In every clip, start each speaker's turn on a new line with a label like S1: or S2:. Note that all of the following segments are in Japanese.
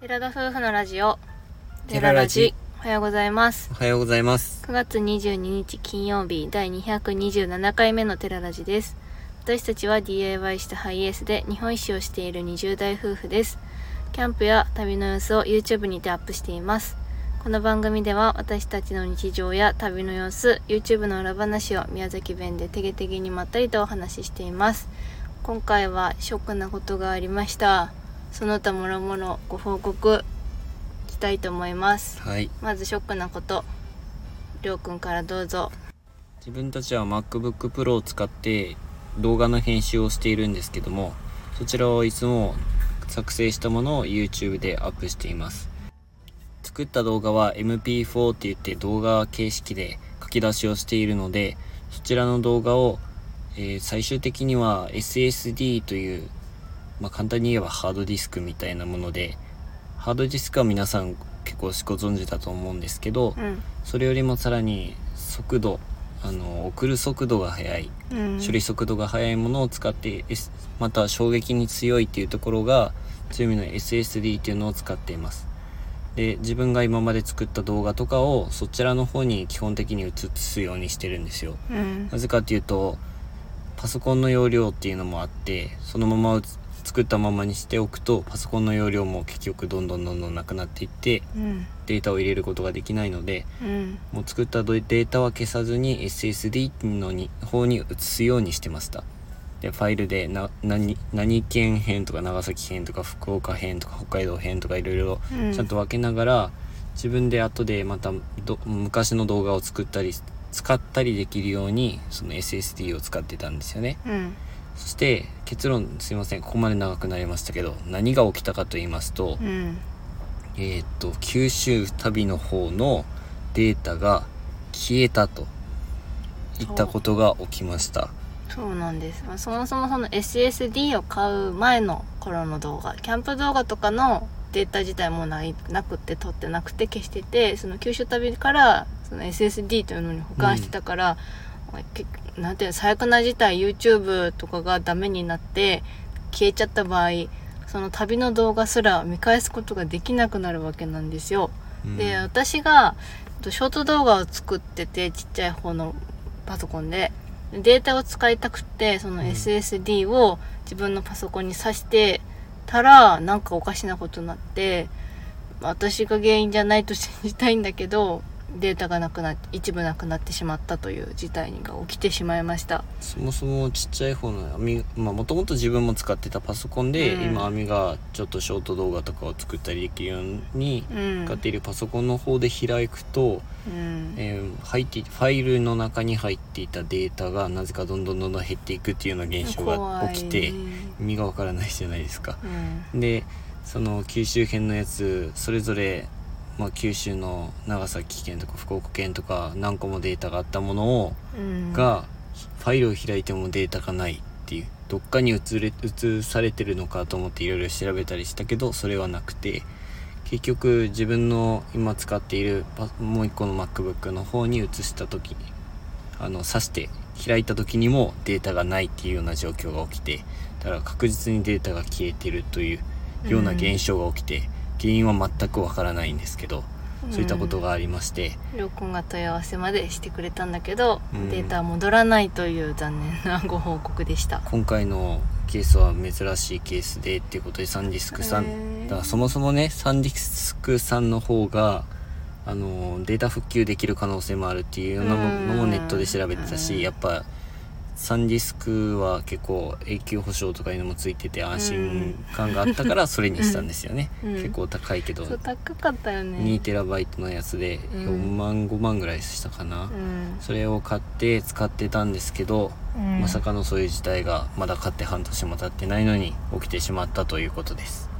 S1: 寺田夫婦のラジオ
S2: 寺ラジ
S1: おはようございます
S2: おはようございます。
S1: 9月22日金曜日第227回目の寺ラジです私たちは DIY したハイエースで日本一周をしている20代夫婦ですキャンプや旅の様子を YouTube にてアップしていますこの番組では私たちの日常や旅の様子 YouTube の裏話を宮崎弁でてげてげにまったりとお話ししています今回はショックなことがありましたその他もろもろご報告したいと思います
S2: はい。
S1: まずショックなことりょうくんからどうぞ
S2: 自分たちは MacBook Pro を使って動画の編集をしているんですけども、そちらをいつも作成したものを YouTube でアップしています。作った動画は MP4 って言って動画形式で書き出しをしているので、そちらの動画を、えー最終的には SSD という、まあ、簡単に言えばハードディスクみたいなもので、ハードディスクは皆さん結構ご存知だと思うんですけど、
S1: うん
S2: それよりもさらに速度あの送る速度が速い
S1: うん
S2: 処理速度が速いものを使って、S また衝撃に強いっていうところが強みの SSD っていうのを使っていますで自分が今まで作った動画とかをそちらの方に基本的に映すようにしてるんですよ
S1: うん
S2: なぜかっていうとパソコンの容量っていうのもあってそのままうつ作ったままにしておくとパソコンの容量も結局どんどんどんどんなくなっていって
S1: うん
S2: データを入れることができないので
S1: うん
S2: もう作ったデータは消さずに SSD のに方に移すようにしてましたでファイルでな何何県編とか長崎編とか福岡編とか北海道編とかいろいろ
S1: うん
S2: ちゃんと分けながら、自分で後でまたど昔の動画を作ったり使ったりできるようにその SSD を使ってたんですよね
S1: うん
S2: そして結論すいませんここまで長くなりましたけど何が起きたかと言いますと、
S1: うん
S2: えーっと九州旅の方のデータが消えたといったことが起きました
S1: そうなんです、まあ、そもそもその SSD を買う前の頃の動画キャンプ動画とかのデータ自体もうないなくって撮ってなくて消しててその九州旅からその SSD というのに保管してたから、まあ結局なんていうの最悪な事態 YouTube とかがダメになって消えちゃった場合その旅の動画すら見返すことができなくなるわけなんですよ。
S2: うん
S1: で私がえっとショート動画を作っててちっちゃい方のパソコンででデータを使いたくってその
S2: うん
S1: SSD を自分のパソコンに挿してたらなんかおかしなことになってまあ私が原因じゃないと信じたいんだけどデータがなくなっ一部なくなってしまったという事態が起きてしまいました
S2: そもそもちっちゃい方のアミまあもともと自分も使ってたパソコンで、
S1: うん
S2: 今アミがちょっとショート動画とかを作ったりできるように
S1: うん
S2: 使っているパソコンの方で開くと、
S1: うん
S2: えー入ってファイルの中に入っていたデータがなぜかどんどんどんどん減っていくっていうような現象が起き
S1: 怖
S2: て、
S1: いね
S2: 意味がわからないじゃないですか
S1: うん
S2: でその九州編のやつそれぞれ、まあ、九州の長崎県とか福岡県とか何個もデータがあったものを、
S1: うん、
S2: がファイルを開いてもデータがないっていうどっかに移れ移されてるのかと思っていろいろ調べたりしたけどそれはなくて結局自分の今使っているパもう一個の MacBook の方に移した時にあの挿して開いた時にもデータがないっていうような状況が起きてだから確実にデータが消えてるというような現象が起きて、原因は全くわからないんですけどそういったことがありまして、
S1: りょうくんが問い合わせまでしてくれたんだけど、
S2: うん
S1: データは戻らないという残念なご報告でした。
S2: 今回のケースは珍しいケースでっていうことでサンディスクさん、
S1: へー
S2: だからそもそもねサンディスクさんの方があのデータ復旧できる可能性もあるっていうようなものも
S1: うん
S2: ネットで調べてた
S1: うん
S2: しやっぱサンディスクは結構永久保証とかいうのもついてて安心感があったからそれにしたんですよね、
S1: うん
S2: 結構高いけど
S1: そう高かったよね。
S2: 2TB のやつで
S1: うん
S2: 4万5万ぐらいしたかな、
S1: うん、
S2: それを買って使ってたんですけど
S1: うん
S2: まさかのそういう事態がまだ買って半年も経ってないのに起きてしまったということです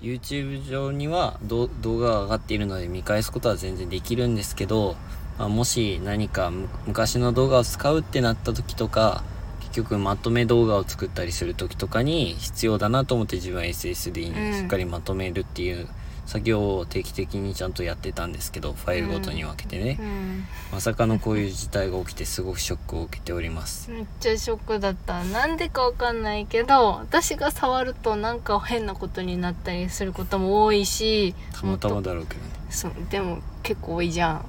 S2: YouTube 上にはど動画が上がっているので見返すことは全然できるんですけど、まあ、もし何かむ昔の動画を使うってなった時とか結局まとめ動画を作ったりする時とかに必要だなと思って自分は SSD にしっかりまとめるっていう作業を定期的にちゃんとやってたんですけどファイルごとに分けてね、
S1: うん
S2: まさかのこういう事態が起きてすごくショックを受けております
S1: めっちゃショックだったなんでかわかんないけど私が触るとなんか変なことになったりすることも多いした
S2: またま
S1: もっと
S2: だろうけどね
S1: そうでも結構多いじゃん
S2: うん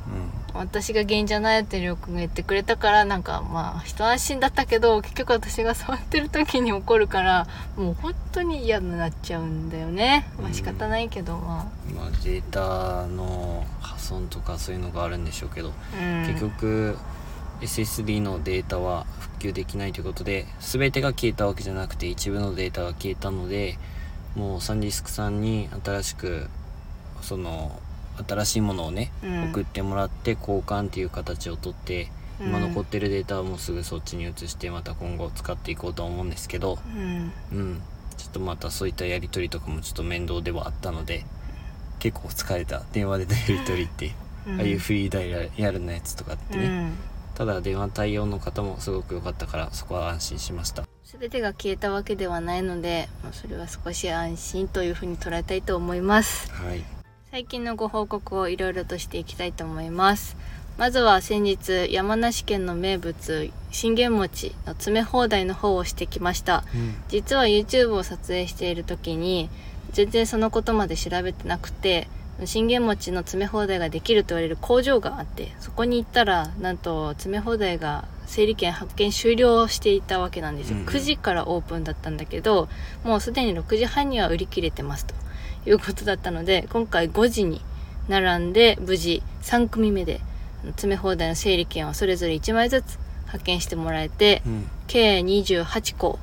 S1: 私が原因じゃないってりょうくんが言ってくれたからなんかまあ一安心だったけど結局私が触ってる時に怒るからもう本当に嫌になっちゃうんだよねま
S2: う
S1: あ
S2: ん
S1: 仕方ないけどま
S2: まあデータの破損とかそういうのがあるんでしょうけど、
S1: あ、うん、
S2: 結局 SSD のデータは復旧できないということで全てが消えたわけじゃなくて一部のデータが消えたのでもうサンディスクさんに新しくその新しいものをね
S1: うん
S2: 送ってもらって交換っていう形をとって、
S1: うん
S2: 今残ってるデータはもうすぐそっちに移してまた今後使っていこうと思うんですけど、
S1: うん
S2: うん、ちょっとまたそういったやり取りとかもちょっと面倒ではあったので結構疲れた電話でのやり取りって、
S1: うん
S2: ああいうフリーダイヤルやるのやつとかってね、
S1: うん
S2: ただ電話対応の方もすごく良かったからそこは安心しました
S1: 全てが消えたわけではないので、まあ、それは少し安心というふうに捉えたいと思います
S2: はい
S1: 最近のご報告をいろいろとしていきたいと思いますまずは先日山梨県の名物信玄餅の詰め放題の方をしてきました
S2: うん
S1: 実は YouTube を撮影している時に全然そのことまで調べてなくて信玄餅の詰め放題ができると言われる工場があってそこに行ったらなんと詰め放題が整理券発券終了していたわけなんですよ、
S2: うんうん
S1: 9時からオープンだったんだけどもうすでに6時半には売り切れてますということだったので今回5時に並んで無事3組目で詰め放題の整理券をそれぞれ1枚ずつ発券してもらえて、
S2: うん
S1: 計28個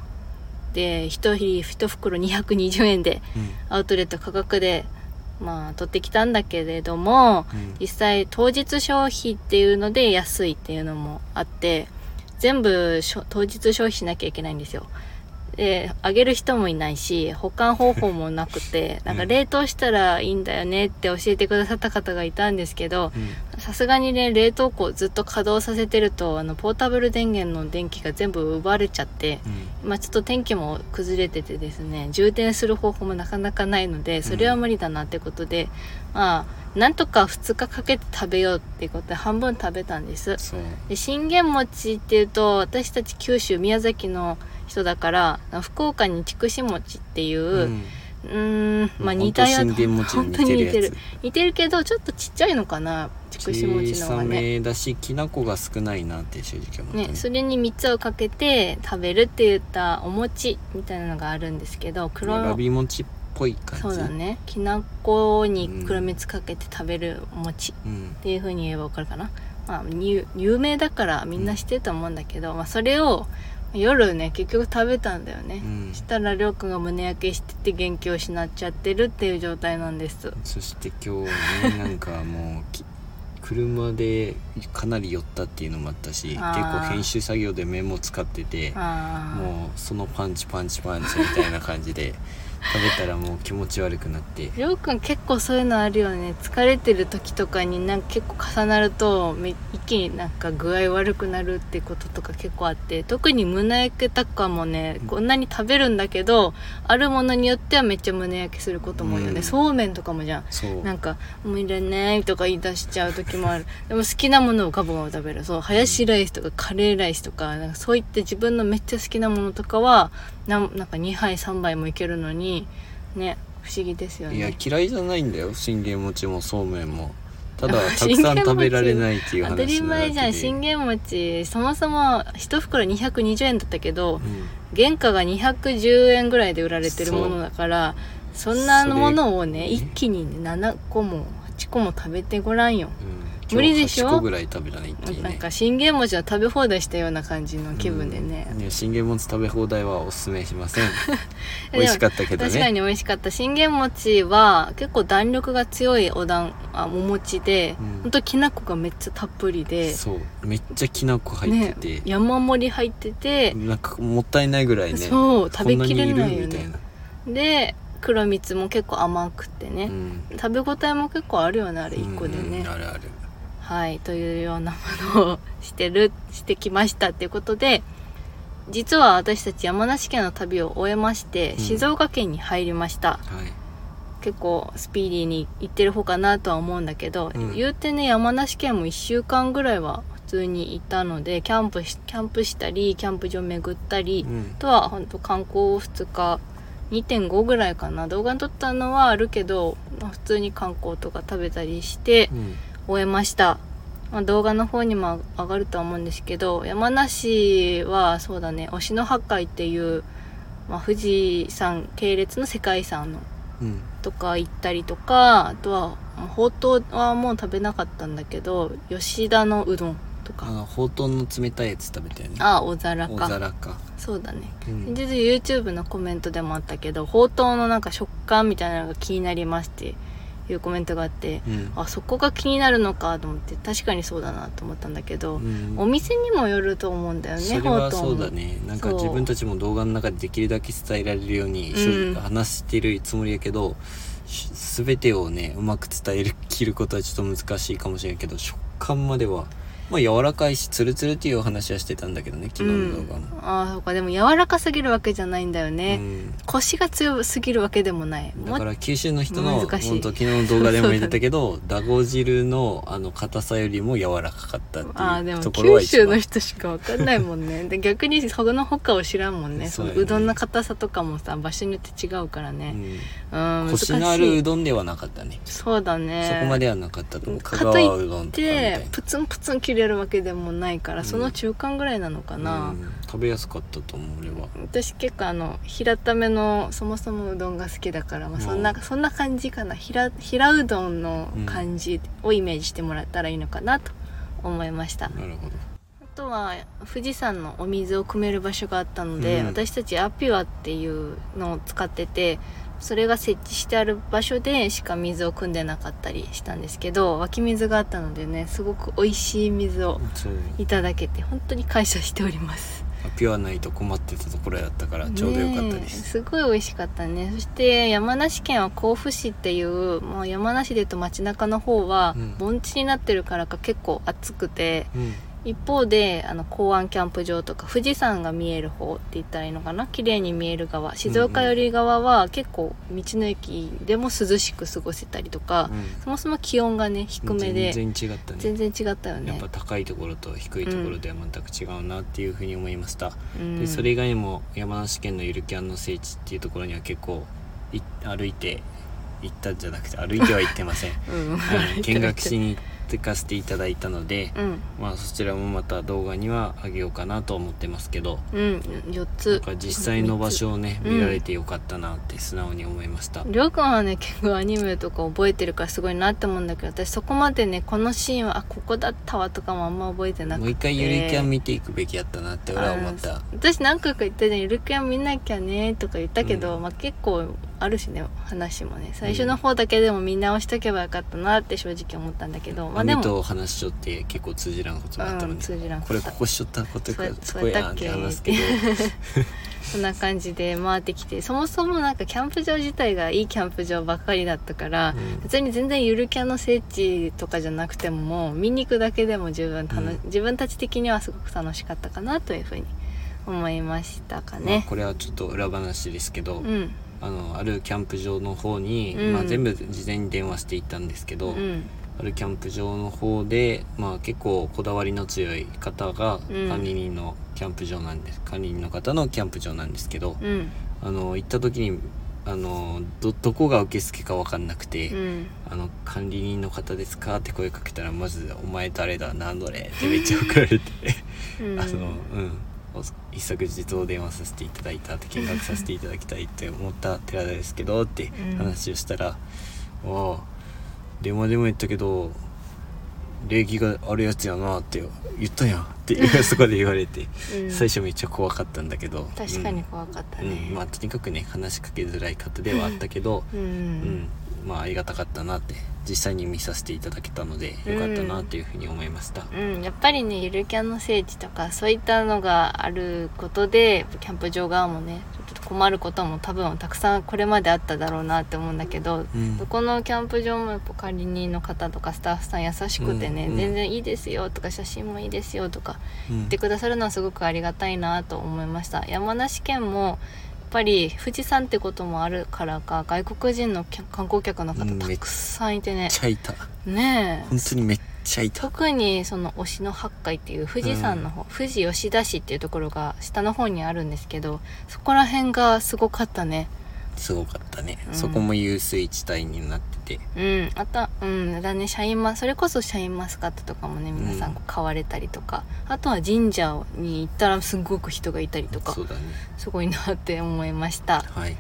S1: で1人1袋220円で
S2: うん
S1: アウトレット価格でまあ取ってきたんだけれども
S2: うん
S1: 実際当日消費っていうので安いっていうのもあって全部しょ当日消費しなきゃいけないんですよであげる人もいないし保管方法もなくてなんか冷凍したらいいんだよねって教えてくださった方がいたんですけど
S2: うん
S1: さすがにね冷凍庫をずっと稼働させてるとあのポータブル電源の電気が全部奪われちゃって、
S2: うん
S1: まあ、ちょっと天気も崩れててですね充電する方法もなかなかないのでそれは無理だなってことで、まあなんとか2日かけて食べようってことで半分食べたんです
S2: そう
S1: で信玄餅っていうと私たち九州宮崎の人だから福岡に筑紫餅っていう、
S2: ん
S1: うーんまあ似たような
S2: ほんと信玄餅に
S1: 本
S2: 似てるやつ
S1: 当に似てる似てるけどちょっとちっちゃいのかな筑紫餅の方が
S2: 小さ
S1: ね
S2: めだしきな粉が少ないなって正直思ったね
S1: ねそれに蜜をかけて食べるって言ったお餅みたいなのがあるんですけど黒
S2: わらび餅っぽい感じ
S1: そうだねきな粉に黒蜜かけて食べるお餅
S2: うん
S1: っていう風に言えば分かるかな、まあ、有有名だからみんな知ってると思うんだけど、まあ、それを夜ね結局食べたんだよね、
S2: うん
S1: したらりょうくんが胸焼けしてて元気を失っちゃってるっていう状態なんです
S2: そして今日ねなんかもうき 車でかなり寄ったっていうのもあったし結
S1: あー
S2: 構編集作業でメモ使ってて
S1: ああ
S2: もうそのパンチパンチパンチみたいな感じで食べたらもう気持ち悪くなって
S1: りょうくん結構そういうのあるよね疲れてる時とかになんか結構重なるとめ一気になんか具合悪くなるってこととか結構あって特に胸焼けとかもねこんなに食べるんだけどあるものによってはめっちゃ胸焼けすることも多いよね、
S2: うん
S1: そうめんとかもじゃん
S2: そう
S1: なんか「もういらない」とか言い出しちゃう時もあるでも好きなものをガブガブ食べるそうハヤシライスとかカレーライスとかなんかそういった自分のめっちゃ好きなものとかはなんなんか2杯3杯もいけるのにね不思議ですよ
S2: いや
S1: ね。
S2: 嫌いじゃないんだよ信玄餅もそうめんもただた
S1: 信
S2: く
S1: 玄
S2: さ
S1: 餅
S2: ん食べられないっていう
S1: 当
S2: 話
S1: たり前じゃん信
S2: 玄
S1: 玄餅そもそも1袋220円だったけど原価が210円ぐらいで売られてるものだからそんなものをね
S2: それ
S1: 一気に7個も8個も食べてごらんよ。
S2: 無
S1: 無
S2: 理
S1: 理
S2: で
S1: で
S2: し
S1: し
S2: ょ
S1: ょ
S2: 個ぐらい食べらないっていう
S1: なん
S2: ね
S1: か信玄餅は食べ放題したような感じの気分でね、
S2: うんいや信玄餅食べ放題はおすすめしま せん
S1: でも
S2: 美味しかったけどね
S1: 確かに美味しかった信玄餅は結構弾力が強いおだんあお餅で、
S2: うん
S1: ほんときな粉がめっちゃたっぷりで、
S2: そうめっちゃきな粉入ってて、
S1: 山盛り入ってて、
S2: なんかもったいないぐらいね
S1: そう食べきれ
S2: こんな
S1: ない
S2: にい
S1: よ
S2: るみたい
S1: ね
S2: な、
S1: で黒蜜も結構甘くて
S2: う
S1: ね、
S2: ん、
S1: 食べ応えも結構あるよねあれ1個でね、
S2: うんあるある
S1: はい、というようなものをしてる、 してきましたっていうことで、実は私たち山梨県の旅を終えまして、
S2: ん
S1: 静岡県に入りました。
S2: はい
S1: 結構スピーディーに行ってる方かなとは思うんだけど、
S2: うん
S1: 言うてね山梨県も1週間ぐらいは普通に行ったのでキャンプしキャンプしたりキャンプ場巡ったり、
S2: うん
S1: あとは本当観光を2日2.5ぐらいかな動画に撮ったのはあるけど、まあ普通に観光とか食べたりして
S2: うん
S1: 終えました、まあ動画の方にも上がるとは思うんですけど山梨はそうだね忍野八海っていう、まあ富士山系列の世界遺産の
S2: うん
S1: とか行ったりとかあとはほうとうはもう食べなかったんだけど吉田のうどんと
S2: あ
S1: か
S2: のほうとうの冷たいやつ食べたよね
S1: ああ大皿
S2: 大
S1: か
S2: 皿か
S1: そうだね
S2: うん
S1: 先日 YouTube のコメントでもあったけどほうとうのなんか食感みたいなのが気になりますっていうコメントがあって
S2: うん
S1: あそこが気になるのかと思って確かにそうだなと思ったんだけど、
S2: うん
S1: お店にもよると思うんだよね
S2: それ
S1: ほ
S2: は
S1: うとう
S2: そ
S1: も
S2: うだねなんか
S1: そう
S2: 自分たちも動画の中でできるだけ伝えられるように正
S1: うん
S2: 直話してるつもりやけど、すべ全てをねうまく伝える切ることはちょっと難しいかもしれんけど食感まではまあ柔らかいしツルツルっていうお話はしてたんだけどね昨日の動画も、
S1: うん、あーそうかでも柔らかすぎるわけじゃないんだよ
S2: う
S1: ね、
S2: ん
S1: 腰が強すぎるわけでもないも
S2: だから九州の人の本当
S1: 難しい
S2: 昨日の動画でも言ってたけど、ダゴ汁のあの硬さよりも柔らかかった
S1: あー
S2: ってい
S1: で
S2: う
S1: も
S2: ところは
S1: 九
S2: 一
S1: 州
S2: 番
S1: の人しかわかんないもんね で逆にその他を知らんもんねそ
S2: そ
S1: う
S2: だ
S1: の
S2: よね
S1: うどんの硬さとかもさ場所によって違うからね、うん、
S2: うん、
S1: 難しい
S2: 腰のあるうどんではなかったね
S1: そうだね
S2: そこまではなかったと思う
S1: か
S2: 香
S1: といって
S2: 川うどんとかみたいな
S1: でプツンプツン切れるわけでもないから、
S2: うん
S1: その中間ぐらいなのかな
S2: う、ん食べやすかったと思う俺は
S1: 私結構あの平ためのそもそもうどんが好きだから、まあ、そんな、
S2: うん
S1: そんな感じかな平平うどんの感じをイメージしてもらったらいいのかなと思いました、
S2: なるほど
S1: あとは富士山のお水を汲める場所があったので、
S2: うん
S1: 私たちアピュアっていうのを使っててそれが設置してある場所でしか水を汲んでなかったりしたんですけど湧き水があったのでねすごく美味しい水を
S2: そう
S1: いただけて本当に感謝しております
S2: ピュアないと困ってたところだったからちょうどよかったで
S1: ねえ
S2: す、
S1: すごい美味しかったねそして山梨県は甲府市っていうもう山梨で言うと街中の方は
S2: うん
S1: 盆地になってるからか結構暑くて、
S2: うん
S1: 一方であの港湾キャンプ場とか富士山が見える方って言ったらいいのかな綺麗に見える側静岡寄り側は結構道の駅でも涼しく過ごせたりとか、そもそも気温がね低
S2: うん
S1: めで
S2: 全然違ったね
S1: 全然違ったよね
S2: やっぱ高いところと低いところでは全く違うなっていうふうに思いました、
S1: うん
S2: でそれ以外にも山梨県のゆるキャンの聖地っていうところには結構い歩いて行ったんじゃなくて歩いては行って ません、
S1: うん
S2: あの見学しに行かせていただいたので、
S1: うん
S2: まあそちらもまた動画にはあげようかなと思ってますけど
S1: うん4
S2: な
S1: つ
S2: んか実際の場所をね
S1: うん
S2: 見られてよかったなって素直に思いました、
S1: りょうくんはね結構アニメとか覚えてるからすごいなって思うんだけど私そこまでねこのシーンはあここだったわとかもあんま覚えてな
S2: も
S1: くて
S2: う一回ゆるキャン見ていくべきやったなって俺は思った
S1: 私何回か言ったじゃん「ゆるくや見なきゃね」とか言ったけど、
S2: うん
S1: まあ、結構あるしね話もね最初の方だけでも見直しとけばよかったなって正直思ったんだけど、まあで
S2: 網
S1: も、
S2: と話しちょって結構通じらんことがあった
S1: う
S2: の
S1: ん、
S2: で、
S1: 通じらん
S2: こ
S1: か
S2: れ
S1: っ
S2: こ
S1: た
S2: こしちょったことか
S1: そう
S2: そこやんって話すけど
S1: そんな感じで回ってきてそもそもなんかキャンプ場自体がいいキャンプ場ばっかりだったから、
S2: うん
S1: 別に全然ゆるキャンの聖地とかじゃなくてももう見に行くだけでも十分楽、
S2: うん
S1: 自分たち的にはすごく楽しかったかなというふうに思いましたかね
S2: まあ。これはちょっと裏話ですけど、
S1: うん、
S2: あのあるキャンプ場の方に、
S1: うん
S2: まあ、全部事前に電話していったんですけ
S1: う
S2: ど、
S1: ん
S2: あるキャンプ場の方で、まあ、結構こだわりの強い方が
S1: うん
S2: 管理人のキャンプ場なんです、管理人の方のキャンプ場なんですけど、
S1: うん
S2: あの行った時にあのどどこが受付か分かんなくて、
S1: うん
S2: あの「管理人の方ですか?」って声かけたらまず「お前誰だ何どれ?」ってめっちゃ怒られて
S1: うん
S2: あのうんお一昨日お電話させていただいたって見学させていただきたいって思った寺田ですけどって
S1: うん
S2: 話をしたら「ああ電話でも言ったけど礼儀があるやつやな」って言ったやんってそこで言われて
S1: うん
S2: 最初めっちゃ怖かったんだけど
S1: 確かに怖かった
S2: うん、
S1: ね、
S2: うんまあとにかくね話しかけづらい方ではあったけど
S1: うん
S2: うん、まあありがたかったなって実際に見させていただけたのでよかったなというふうに思いました、
S1: うんやっぱりねゆるキャンの聖地とかそういったのがあることでキャンプ場側もねちょっと困ることも多分たくさんこれまであっただろうなって思うんだけど、
S2: うん
S1: どこのキャンプ場もやっぱ管理人の方とかスタッフさん優しくてね、
S2: うんうん
S1: 全然いいですよとか写真もいいですよとか
S2: うん
S1: 言ってくださるのはすごくありがたいなと思いました山梨県もぱり富士山ってこともあるからか外国人の客観光客の方
S2: うん
S1: たくさんいてね
S2: めっちゃいた
S1: ねえ
S2: 本当にめっちゃいた
S1: 特にその吉野八海っていう富士山の方、富士吉田市っていうところが下の方にあるんですけどそこら辺がすごかったね
S2: すごかったね、
S1: うん
S2: そこも遊水地帯になってて
S1: うんあとうんだねシャインマそれこそシャインマスカットとかもね皆さん
S2: うん
S1: 買われたりとか、あとは神社に行ったらすごく人がいたりとか
S2: そうだね
S1: すごいなって思いました
S2: はい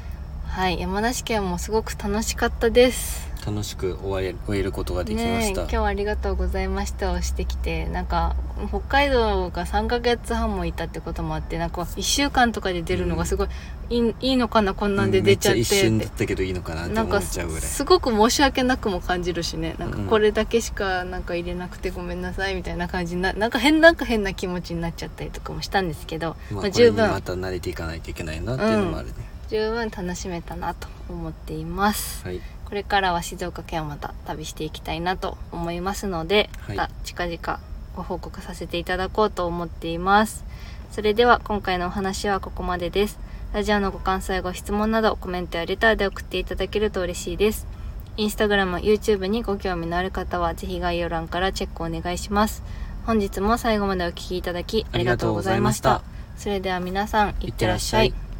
S1: はい山梨県もすごく楽しかったです
S2: 楽しく終え終えることができま
S1: ねえ
S2: し
S1: 今
S2: た、
S1: 日はありがとうございましたをしてきてなんか北海道が3ヶ月半もいたってこともあってなんか1週間とかで出るのがすごい、いいいいのかなこんなんで出ちゃって
S2: めっ
S1: っ。
S2: ちゃ一瞬だってたけどいいのかなって
S1: なん
S2: 思
S1: か
S2: っちゃうぐらい
S1: すごく申し訳なくも感じるしねなんか
S2: うん
S1: これだけしかなんか入れなくてごめんなさいみたいな感じにななんか変なんか変な気持ちになっちゃったりとかもしたんですけど、ま
S2: ま
S1: あ
S2: あ、これ
S1: 十
S2: に
S1: 分
S2: また慣れていかないといけないなっていうのもあるね、
S1: 十分楽しめたなと思っています。
S2: はい
S1: これからは静岡県をまた旅していきたいなと思いますので、
S2: はい
S1: また近々ご報告させていただこうと思っています。それでは今回のお話はここまでです。ラジオのご感想やご質問などコメントやレターで送っていただけると嬉しいです。インスタグラム、YouTube にご興味のある方はぜひ概要欄からチェックお願いします。本日も最後までお聴きいただきありがとうございました。
S2: ありがとう
S1: それでは皆さん、いってらっしゃ
S2: いっ
S1: い
S2: てらっしゃい